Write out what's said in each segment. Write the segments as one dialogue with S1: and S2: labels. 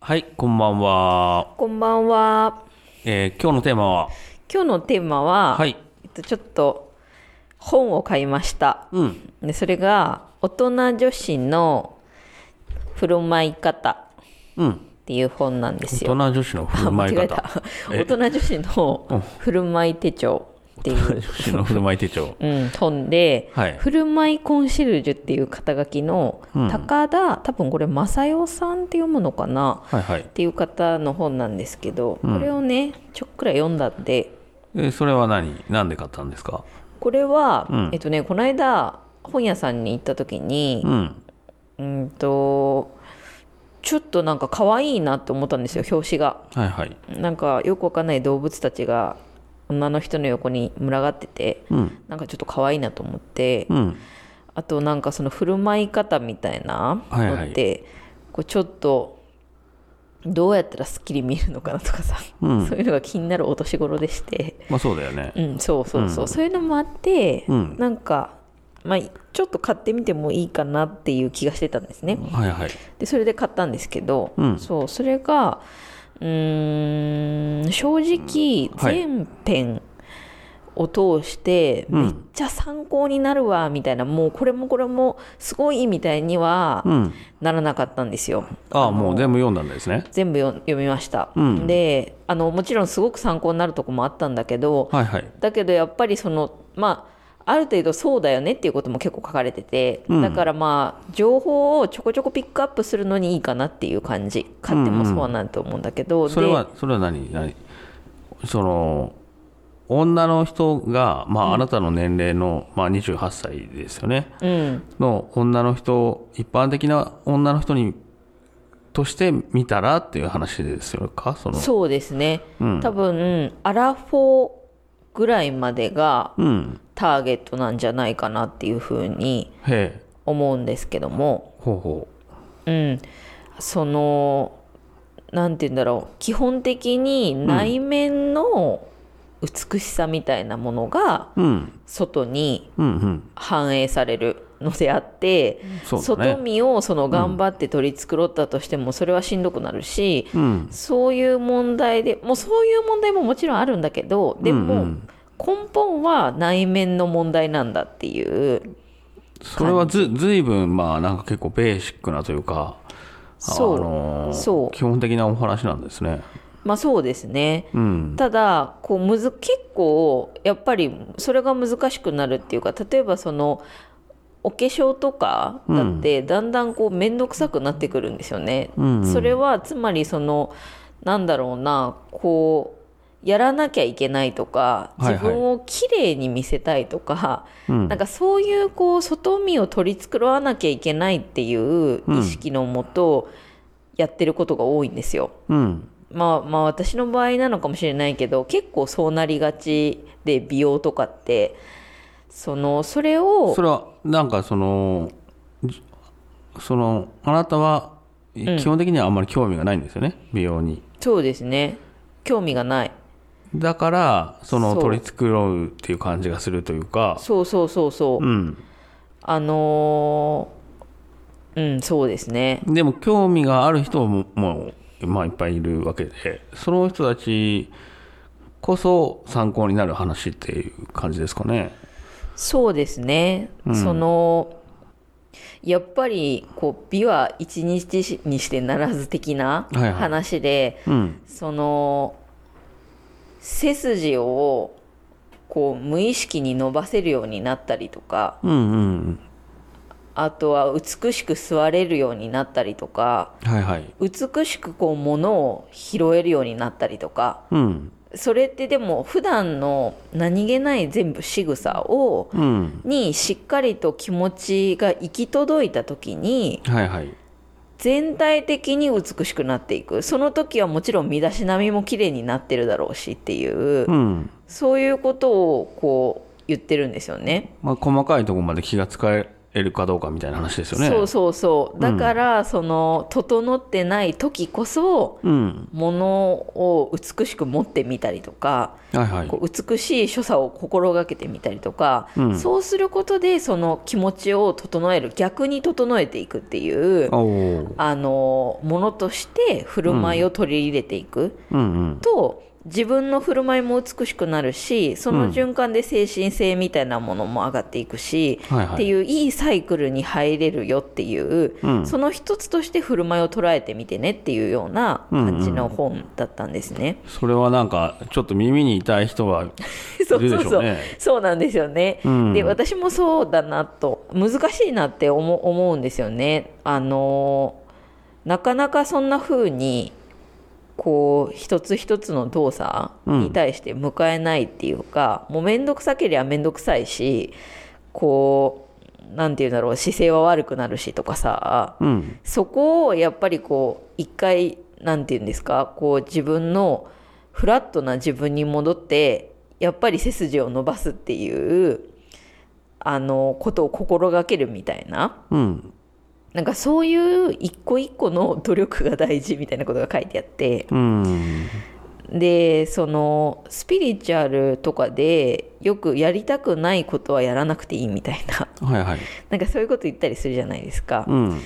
S1: はい、こんばんは。
S2: こんばんは。
S1: えー今日のテーマは、
S2: 今日のテーマは、
S1: はい、
S2: えっと、ちょっと本を買いました。
S1: うん、
S2: でそれが、大人女子の振る舞い方っ
S1: うん、
S2: ていう本なんで
S1: 大
S2: すよ。
S1: 人女子の振
S2: あ
S1: る
S2: 間
S1: 舞い
S2: 違えた
S1: 方。。え
S2: 大人女子の振る舞い手帳っていう、
S1: 女子の振る舞い手帳。
S2: うん、本で、
S1: はい。
S2: 振る舞いコンシェルジュっていう肩書きの
S1: うん
S2: 高田、多分これ正代さんって読むのかな
S1: はいはい
S2: っ。ていう方の本なんですけど、
S1: うん
S2: これをねちょっくら読んだんで
S1: えーそれは何なんで買ったんですか
S2: これは、
S1: うん
S2: えっとねこの間本屋さんに行った時に
S1: うん。
S2: うんとちょっとなんか可愛いなって思ったんですよ表紙が
S1: はいはい。
S2: なんかよくわかんない動物たちが女の人の横に群がってて
S1: うん、
S2: なんかちょっと可愛いなと思って、
S1: うん、
S2: あとなんかその振る舞い方みたいな
S1: はいはい
S2: のって、こうちょっとどうやったらスッキリ見えるのかなとかさ、
S1: うん
S2: そういうのが気になるお年頃でして。
S1: まあそうだよね。
S2: うん、そうそうそ
S1: う
S2: う、
S1: ん
S2: そういうのもあって、
S1: うん
S2: なんか、まあ、ちょっと買ってみてもいいかなっていう気がしてたんですね
S1: はいはい。
S2: でそれで買ったんですけど、
S1: うん
S2: そうそれがうーん正直
S1: はい
S2: 全編を通して
S1: うん
S2: めっちゃ参考になるわみたいな、もうこれもこれもすごいみたいには
S1: うん。
S2: ならなかったんですよ。
S1: ああ、
S2: の
S1: もう全部読んだんですね。
S2: 全部よ読みました、
S1: うん
S2: であのもちろんすごく参考になるとこもあったんだけど、
S1: はいはい。
S2: だけどやっぱりそのまあある程度そうだよねっていうことも結構書かれてて、
S1: うん
S2: だからまあ情報をちょこちょこピックアップするのにいいかなっていう感じ買ってもそうなんと思うんだけど、で
S1: それは、それは何何その、女の人が、まああなたの年齢の、まあ28歳ですよね。
S2: うん
S1: の女の人一般的な女の人にとして見たらっていう話ですよかその
S2: そうですね、
S1: うん
S2: 多分アラフォーぐらいまでが
S1: うん
S2: ターゲットなんじゃないかなっていうふうに
S1: へえ
S2: 思うんですけども、
S1: ほうほ
S2: うん、そのなんて言うんだろう基本的に内面の美しさみたいなものが
S1: ううん
S2: 外に
S1: うんうん
S2: 反映されるのであって、
S1: そうだ
S2: 外
S1: ね
S2: 見をその頑張って取り繕ったとしてもそれはしんどくなるし、
S1: うん
S2: そういう問題でもうそういう問題ももちろんあるんだけどでも、
S1: うんうん
S2: 根本は内面の問題なんだっていう
S1: それはずずいぶんまあなんか結構ベーシックなというか
S2: そう
S1: あのー
S2: そう
S1: 基本的なお話なんですね
S2: まあそうですね。
S1: うん
S2: ただこうむず結構やっぱりそれが難しくなるっていうか例えばそのお化粧とかだってだんだんこう面倒くさくなってくるんですよね。
S1: うんうん
S2: それはつまりそのなんだろうなこうやらなきゃいけないとか
S1: はいはい
S2: 自分をきれいに見せたいとか、
S1: うん
S2: なんかそういうこう外見を取り繕わなきゃいけないっていう意識のもとやってることが多いんですよ。
S1: うん
S2: まあまあ私の場合なのかもしれないけど結構そうなりがちで美容とかってそのそれを
S1: それはなんかそのじそのあなたは基本的にはあんまり興味がないんですよね美容に
S2: そうですね興味がない
S1: だからその
S2: そう
S1: 取り繕うっていう感じがするというか
S2: そうそうそうそう、
S1: うん
S2: あのーうんそうですね
S1: でも興味がある人ももう、まあ、いっぱいいるわけでその人たちこそ参考になる話っていう感じですかね
S2: そうですね、そのやっぱりこう美は一日にしてならず的な
S1: はいはい
S2: 話で、
S1: うん
S2: その背筋をこう無意識に伸ばせるようになったりとか
S1: うんうん
S2: あとは美しく座れるようになったりとか
S1: はいはい
S2: 美しくこう物を拾えるようになったりとか
S1: うん
S2: それってでも普段の何気ない全部仕草を
S1: うん
S2: にしっかりと気持ちが行き届いた時に
S1: はいはい
S2: 全体的に美しくなっていくその時はもちろん身だしなみも綺麗になってるだろうしっていう
S1: うん
S2: そういうことをこう言ってるんですよね。
S1: まあ細かいところまで気が使ええるかどうかみたいな話ですよね。
S2: そうそうそうだから、その整ってない時こそ
S1: うん。
S2: ものを美しく持ってみたりとか
S1: はいはい。
S2: こう美しい所作を心がけてみたりとか、
S1: うん
S2: そうすることでその気持ちを整える逆に整えていくっていう
S1: おおー。
S2: あのものとして振る舞いを取り入れていく
S1: うんうん。
S2: と、自分の振る舞いも美しくなるしその循環で精神性みたいなものも上がっていくし、
S1: はいはい。
S2: っていういいサイクルに入れるよっていう、
S1: うん
S2: その一つとして振る舞いを捉えてみてねっていうような感じの本だったんですね。
S1: それはなんか、ちょっと耳に痛い人は、
S2: そう
S1: いる
S2: そ
S1: で
S2: う
S1: し
S2: そ
S1: ょう
S2: う、
S1: ね
S2: そうなんですよね。
S1: うん
S2: で私もそうだなと難しいなって思思うんですよね。あのなかなかそんな風にこう一つ一つの動作に対して向かえないっていうか、もう面倒くさけりゃ面倒くさいしこうなんていうんだろう姿勢は悪くなるしとかさ
S1: うん。
S2: そこをやっぱりこう一回なんていうんですかこう自分のフラットな自分に戻ってやっぱり背筋を伸ばすっていうあのことを心がけるみたいな
S1: うん。
S2: なんかそういう一個一個の努力が大事みたいなことが書いてあって
S1: うん。
S2: でそのスピリチュアルとかでよくやりたくないことはやらなくていいみたいな
S1: はいはい。
S2: なんかそういうこと言ったりするじゃないですか。
S1: うん。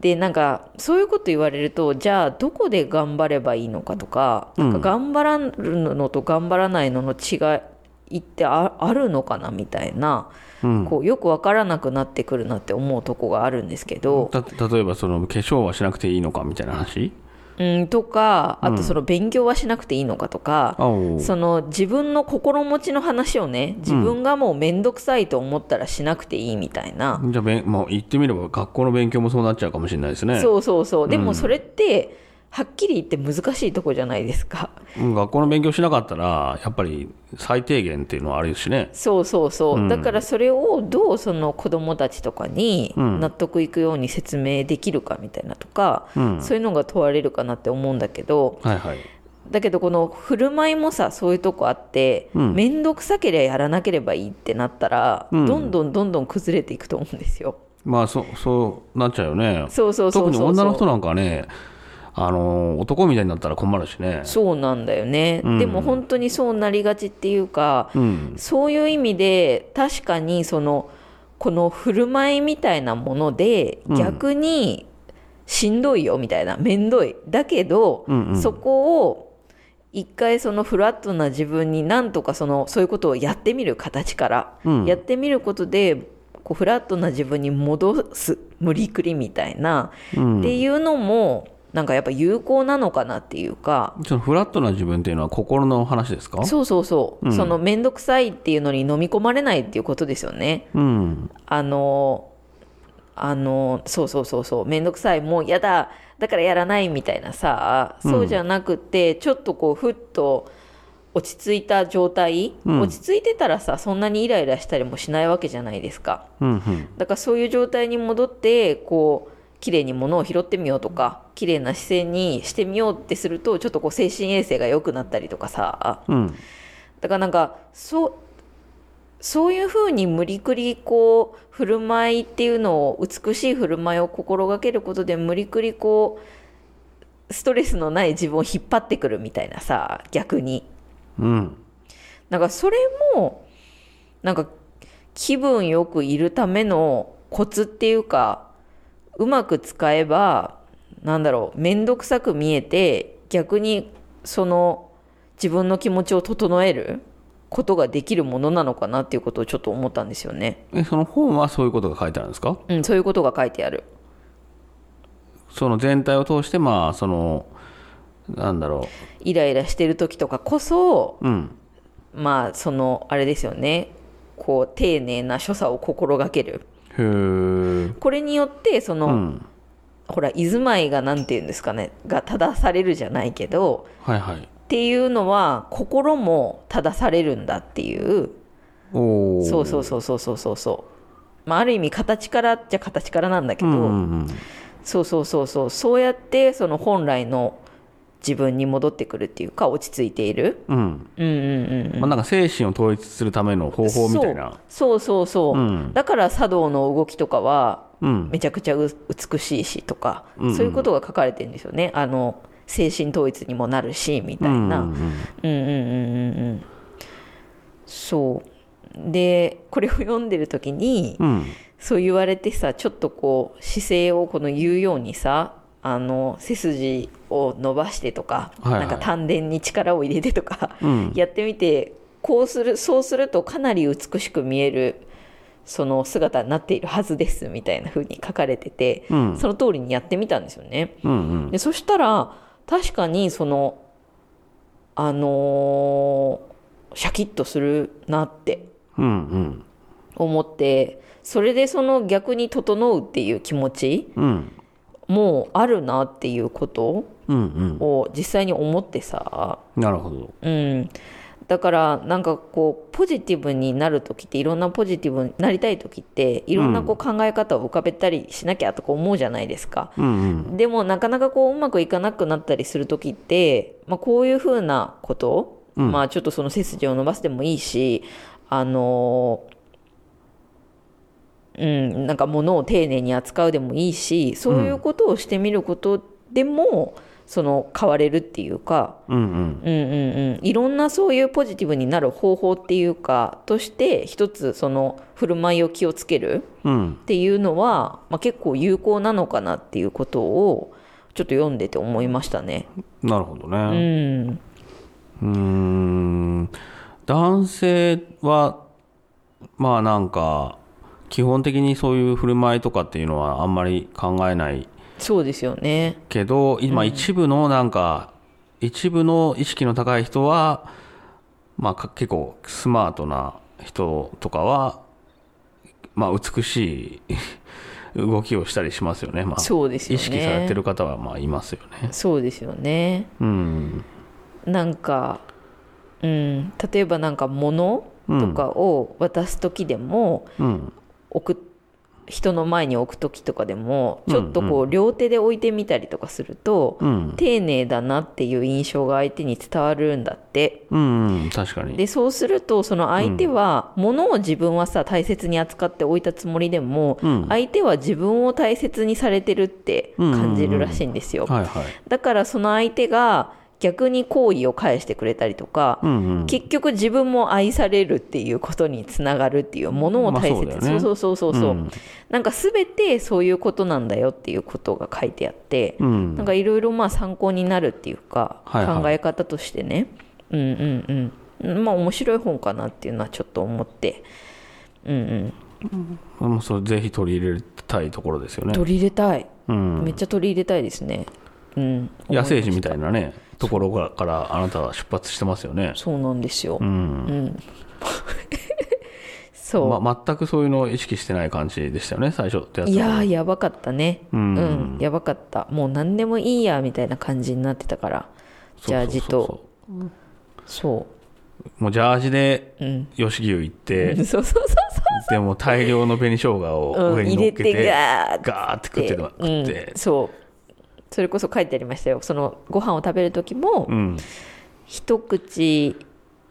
S2: でなんかそういうこと言われるとじゃあどこで頑張ればいいのかとか,、
S1: うん
S2: なんか頑張らるのと頑張らないのの違いってああるのかなみたいな、
S1: うん。
S2: こうよく分からなくなってくるなって思うとこがあるんですけど、
S1: た例えばその化粧はしなくていいのかみたいな話
S2: うん、とかあとその勉強はしなくていいのかとか、
S1: あお
S2: その自分の心持ちの話をね自分がもう面倒くさいと思ったらしなくていいみたいな。
S1: じゃあべん、まあ、言ってみれば学校の勉強もそうなっちゃうかもしれないですね
S2: そうそうそうでもそれって、はっきり言って難しいとこじゃないですか。
S1: うん学校の勉強しなかったらやっぱり最低限っていうのはあるしね
S2: そうそうそ
S1: う
S2: う、
S1: ん
S2: だからそれをどうその子供たちとかに
S1: うん
S2: 納得いくように説明できるかみたいなとか、
S1: うん
S2: そういうのが問われるかなって思うんだけど
S1: はいはい
S2: だけどこの振る舞いもさそういうとこあって
S1: うん
S2: 面倒、くさければやらなければいいってなったら、
S1: うん
S2: どんどんどんどん崩れていくと思うんですよ。
S1: まあそそうなっちゃうよね
S2: そうそうそ
S1: 特
S2: う
S1: に
S2: そう
S1: 女の
S2: そ
S1: 人
S2: う
S1: なんかねあの男みたいになったら困るしね
S2: そうなんだよね、
S1: うん
S2: でも本当にそうなりがちっていうか、
S1: うん
S2: そういう意味で確かにそのこの振る舞いみたいなもので
S1: うん
S2: 逆にしんどいよみたいな面倒いだけど、
S1: うんうん
S2: そこを一回そのフラットな自分になんとかそのそういうことをやってみる形から、
S1: うん
S2: やってみることでこうフラットな自分に戻す無理くりみたいな、
S1: うん
S2: っていうのもなんかやっぱ有効なのかなっていうか
S1: そのフラットな自分っていうのは心の話ですか
S2: そうそうそう、
S1: うん
S2: その面倒くさいっていうのに飲み込まれないっていうことですよね
S1: うん
S2: あのあのそうそうそうそう面倒くさいもうやだだからやらないみたいなさそうじゃなくて、ちょっとこうふっと落ち着いた状態、
S1: うん
S2: 落ち着いてたらさそんなにイライラしたりもしないわけじゃないですか
S1: うんうん
S2: だからそういう状態に戻ってこう綺麗に物を拾ってみようとか綺麗な姿勢にしてみようってするとちょっとこう精神衛生が良くなったりとかさ
S1: うん
S2: だからなんかそうそういうふうに無理くりこう振る舞いっていうのを美しい振る舞いを心がけることで無理くりこうストレスのない自分を引っ張ってくるみたいなさ逆に
S1: うん
S2: なんかそれもなんか気分よくいるためのコツっていうかうまく使えばなんだろう面倒くさく見えて逆にその自分の気持ちを整えることができるものなのかなっていうことをちょっと思ったんですよね。
S1: えその本はそういうことが書いてあるんですか
S2: うん、そういうことが書いてある。
S1: その全体を通してまあそのなんだろ
S2: イライラしてる時とかこそう
S1: うん
S2: まあそのあれですよねこう丁寧な所作を心がける
S1: へえ
S2: これによってその、
S1: うん
S2: ほら居住まいが何て言うんですかねが正されるじゃないけど
S1: はいはい
S2: っていうのは心も正されるんだっていう
S1: おお
S2: そうそうそうそうそうそうそう、まあ、ある意味形からじゃ形からなんだけ
S1: う
S2: ど、
S1: んうんうん
S2: そうそうそうそうそうやってその本来の自分に戻ってくるっていうか落ち着いている、
S1: うん
S2: うんうんうん
S1: まあ、なんか精神を統一するための方法みたいな
S2: そうそうそうそう、
S1: うん
S2: だから茶道の動きとかは
S1: うん
S2: めちゃくちゃう美しいしとか、
S1: うんうん
S2: そういうことが書かれてるんですよねあの精神統一にもなるしみたいな、
S1: うんうん
S2: うんうんうんうんうんそうでこれを読んでる時に、
S1: うん
S2: そう言われてさちょっとこう姿勢をこの言うようにさあの背筋を伸ばしてとか、
S1: はいはい
S2: なんか丹田に力を入れてとか、
S1: うん
S2: やってみてこうするそうするとかなり美しく見えるその姿になっているはずですみたいな風に書かれてて、
S1: うん
S2: その通りにやってみたんですよね。
S1: うんうん
S2: でそしたら確かにそのあのーシャキッとするなって
S1: うんうん
S2: 思ってそれでその逆に整うっていう気持ち
S1: うん
S2: もあるなっていうこと
S1: うん
S2: を実際に思ってさ、
S1: うんなるほど
S2: うん、だからなんかこうポジティブになる時っていろんなポジティブになりたい時っていろんなこう考え方を浮かべたりしなきゃとか思うじゃないですか。
S1: うんうん
S2: でもなかなかこううまくいかなくなったりする時って、まあ、こういうふうなこと、
S1: うん
S2: まあちょっとその背筋を伸ばすでもいいしあのうんなんか物を丁寧に扱うでもいいしそういうことをしてみることでも、その変われるっていうか、
S1: うんうん
S2: うんうんうん、いろんなそういうポジティブになる方法っていうかとして一つその振る舞いを気をつける。
S1: うん
S2: っていうのは、まあ、結構有効なのかなっていうことをちょっと読んでて思いましたね。
S1: なるほど
S2: う
S1: ね
S2: ん、
S1: うんん男性はまあなんか基本的にそういう振る舞いとかっていうのはあんまり考えない
S2: そうですよね。
S1: けど今一部のなんか、一部の意識の高い人は、まあ、か結構スマートな人とかは、まあ、美しい 動きをしたりしますよね,、まあ、
S2: そうですよ
S1: 意
S2: ね。
S1: 識されてる方はまあいますよね。
S2: そうですよね。
S1: うん
S2: なんか、うん、例えばなんか物とかを渡す時でも、
S1: うん
S2: 置く人の前に置く時とかでもちょっとこう両手で置いてみたりとかすると、
S1: うん
S2: 丁寧だなっていう印象が相手に伝わるんだって。
S1: うんうん、確かに。
S2: でそうするとその相手は、物を自分はさ大切に扱っておいたつもりでも、
S1: うん
S2: 相手は自分を大切にされてるって感じるらしいんですよ、
S1: はいはい。
S2: だからその相手が逆に好意を返してくれたりとか、
S1: うんうん、
S2: 結局自分も愛されるっていうことにつながるっていうものを大
S1: ま
S2: 切、
S1: あそうだ
S2: そ
S1: よ
S2: う
S1: ね
S2: そうそうそうそう、
S1: うん
S2: なんか全てそういうことなんだよっていうことが書いてあって、
S1: うん
S2: なんかいろいろまあ参考になるっていうか、
S1: はいはい
S2: 考え方としてねうんうんうんまあ面白い本かなっていうのはちょっと思ってうん
S1: もうそれぜひ取り入れたいところですよ
S2: うん
S1: ね。
S2: 取り入れたい、
S1: うん、
S2: めっちゃ取り入れたいですねうん
S1: 野生児みたいなねところがからあなたは出発してますよね。
S2: そうなんですよ、
S1: うん
S2: うんそう、
S1: ま、全くそういうのを意識してない感じでしたよね最初ってやつ
S2: いや
S1: は
S2: ーやばかったね
S1: うん
S2: うん、やばかったもう何でもいいやみたいな感じになってたから
S1: そう
S2: ジ
S1: そ
S2: ャ
S1: う
S2: ージ
S1: そう
S2: とそ
S1: そうもうジャージで
S2: ううん
S1: 吉牛行って、
S2: そうそうそうそう
S1: でも大量の紅生姜を
S2: う
S1: 上
S2: ん、
S1: に
S2: 入
S1: 乗っ
S2: れ
S1: け
S2: て
S1: て,、
S2: ガーッ
S1: ガーって食ってた食って
S2: うん、そうそれこそ書いてありましたよそのご飯を食べる時も、
S1: うん
S2: 一口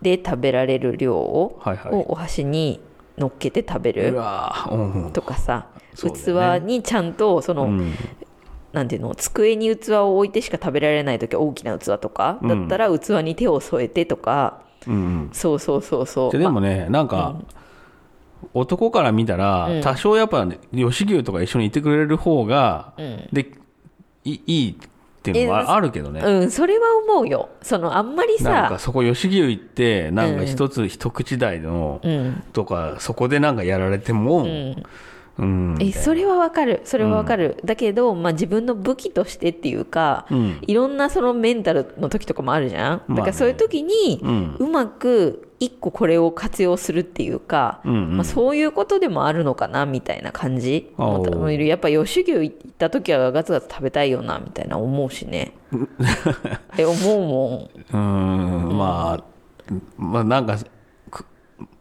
S2: で食べられる量を,、
S1: はいはい
S2: をお箸に乗っけて食べ
S1: う
S2: る
S1: わーうんうん
S2: とかさ、
S1: そうだよね
S2: 器にちゃんとその、
S1: うん
S2: なんていうの机に器を置いてしか食べられない時は大きな器とか、
S1: うん
S2: だったら器に手を添えてとか
S1: うんうん
S2: そうそうそうそう
S1: ででもねなんか、男から見たら、
S2: うん
S1: 多少やっぱ、ね、吉牛とか一緒にいてくれる方が、
S2: うん
S1: でいいいっていうの
S2: え
S1: はあるけどね、
S2: うん、それは思うよそのあんまり
S1: なんか
S2: さ
S1: そこ吉牛行ってなん
S2: う
S1: か
S2: ん
S1: 一つ一口大の
S2: うん
S1: とかそこでなんかやられて
S2: う
S1: も
S2: ん
S1: うん
S2: えそれはわかるそれはわかる、だけど、まあ、自分の武器としてっていうか、
S1: うん
S2: いろんなそのメンタルの時とかもあるじゃん、
S1: まあね
S2: だからそういう時に、
S1: う
S2: うんまく一個これを活用するっていうか、
S1: うんうん
S2: まあ、そういうことでもあるのかなみたいな感じ
S1: あおう
S2: もうやっぱ吉牛行った時はガツガツ食べたいよなみたいな思うし ねえ思うもん
S1: うんまあまあなんかく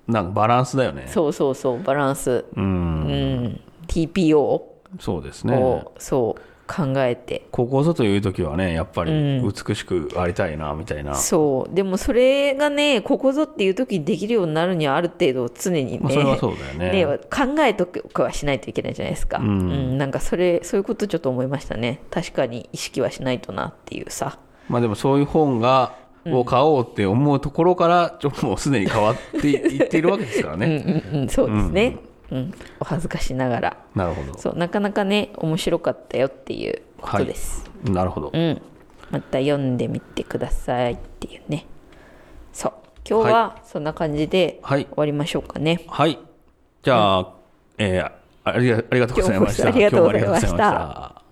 S1: なんかバランスだよね
S2: そうそうそうバランス
S1: う
S2: うんん TPO を、
S1: そうですね
S2: そう考えて
S1: 高校卒いう時はねやっぱり
S2: うん
S1: 美しくありたいなみたいな、
S2: そうでもそれがねここぞっていう時にできるようになるにはある程度常にね,、
S1: まあ、それはそうだよね
S2: ね考えとくはしないといけないじゃないですか、
S1: うん
S2: なんかそれそういうことちょっと思いましたね確かに意識はしないとなっていうさ
S1: まあでもそういう本がを買おうって思うところからちょっともうすでに変わって いいっているわけですからね、
S2: うんうん、そうですね、うんお恥ずかしながら
S1: なるほ
S2: そうなかなかね面白かったよっていうことです、
S1: どなるほど
S2: うんまた読んでみてくださいっていうねそう今日ははそんな感じで
S1: は
S2: 終
S1: い
S2: わりましょうかね、
S1: はいじゃあ、えーありがありがとうございました
S2: 今日こそありがとうございました
S1: 今日もありがとうございました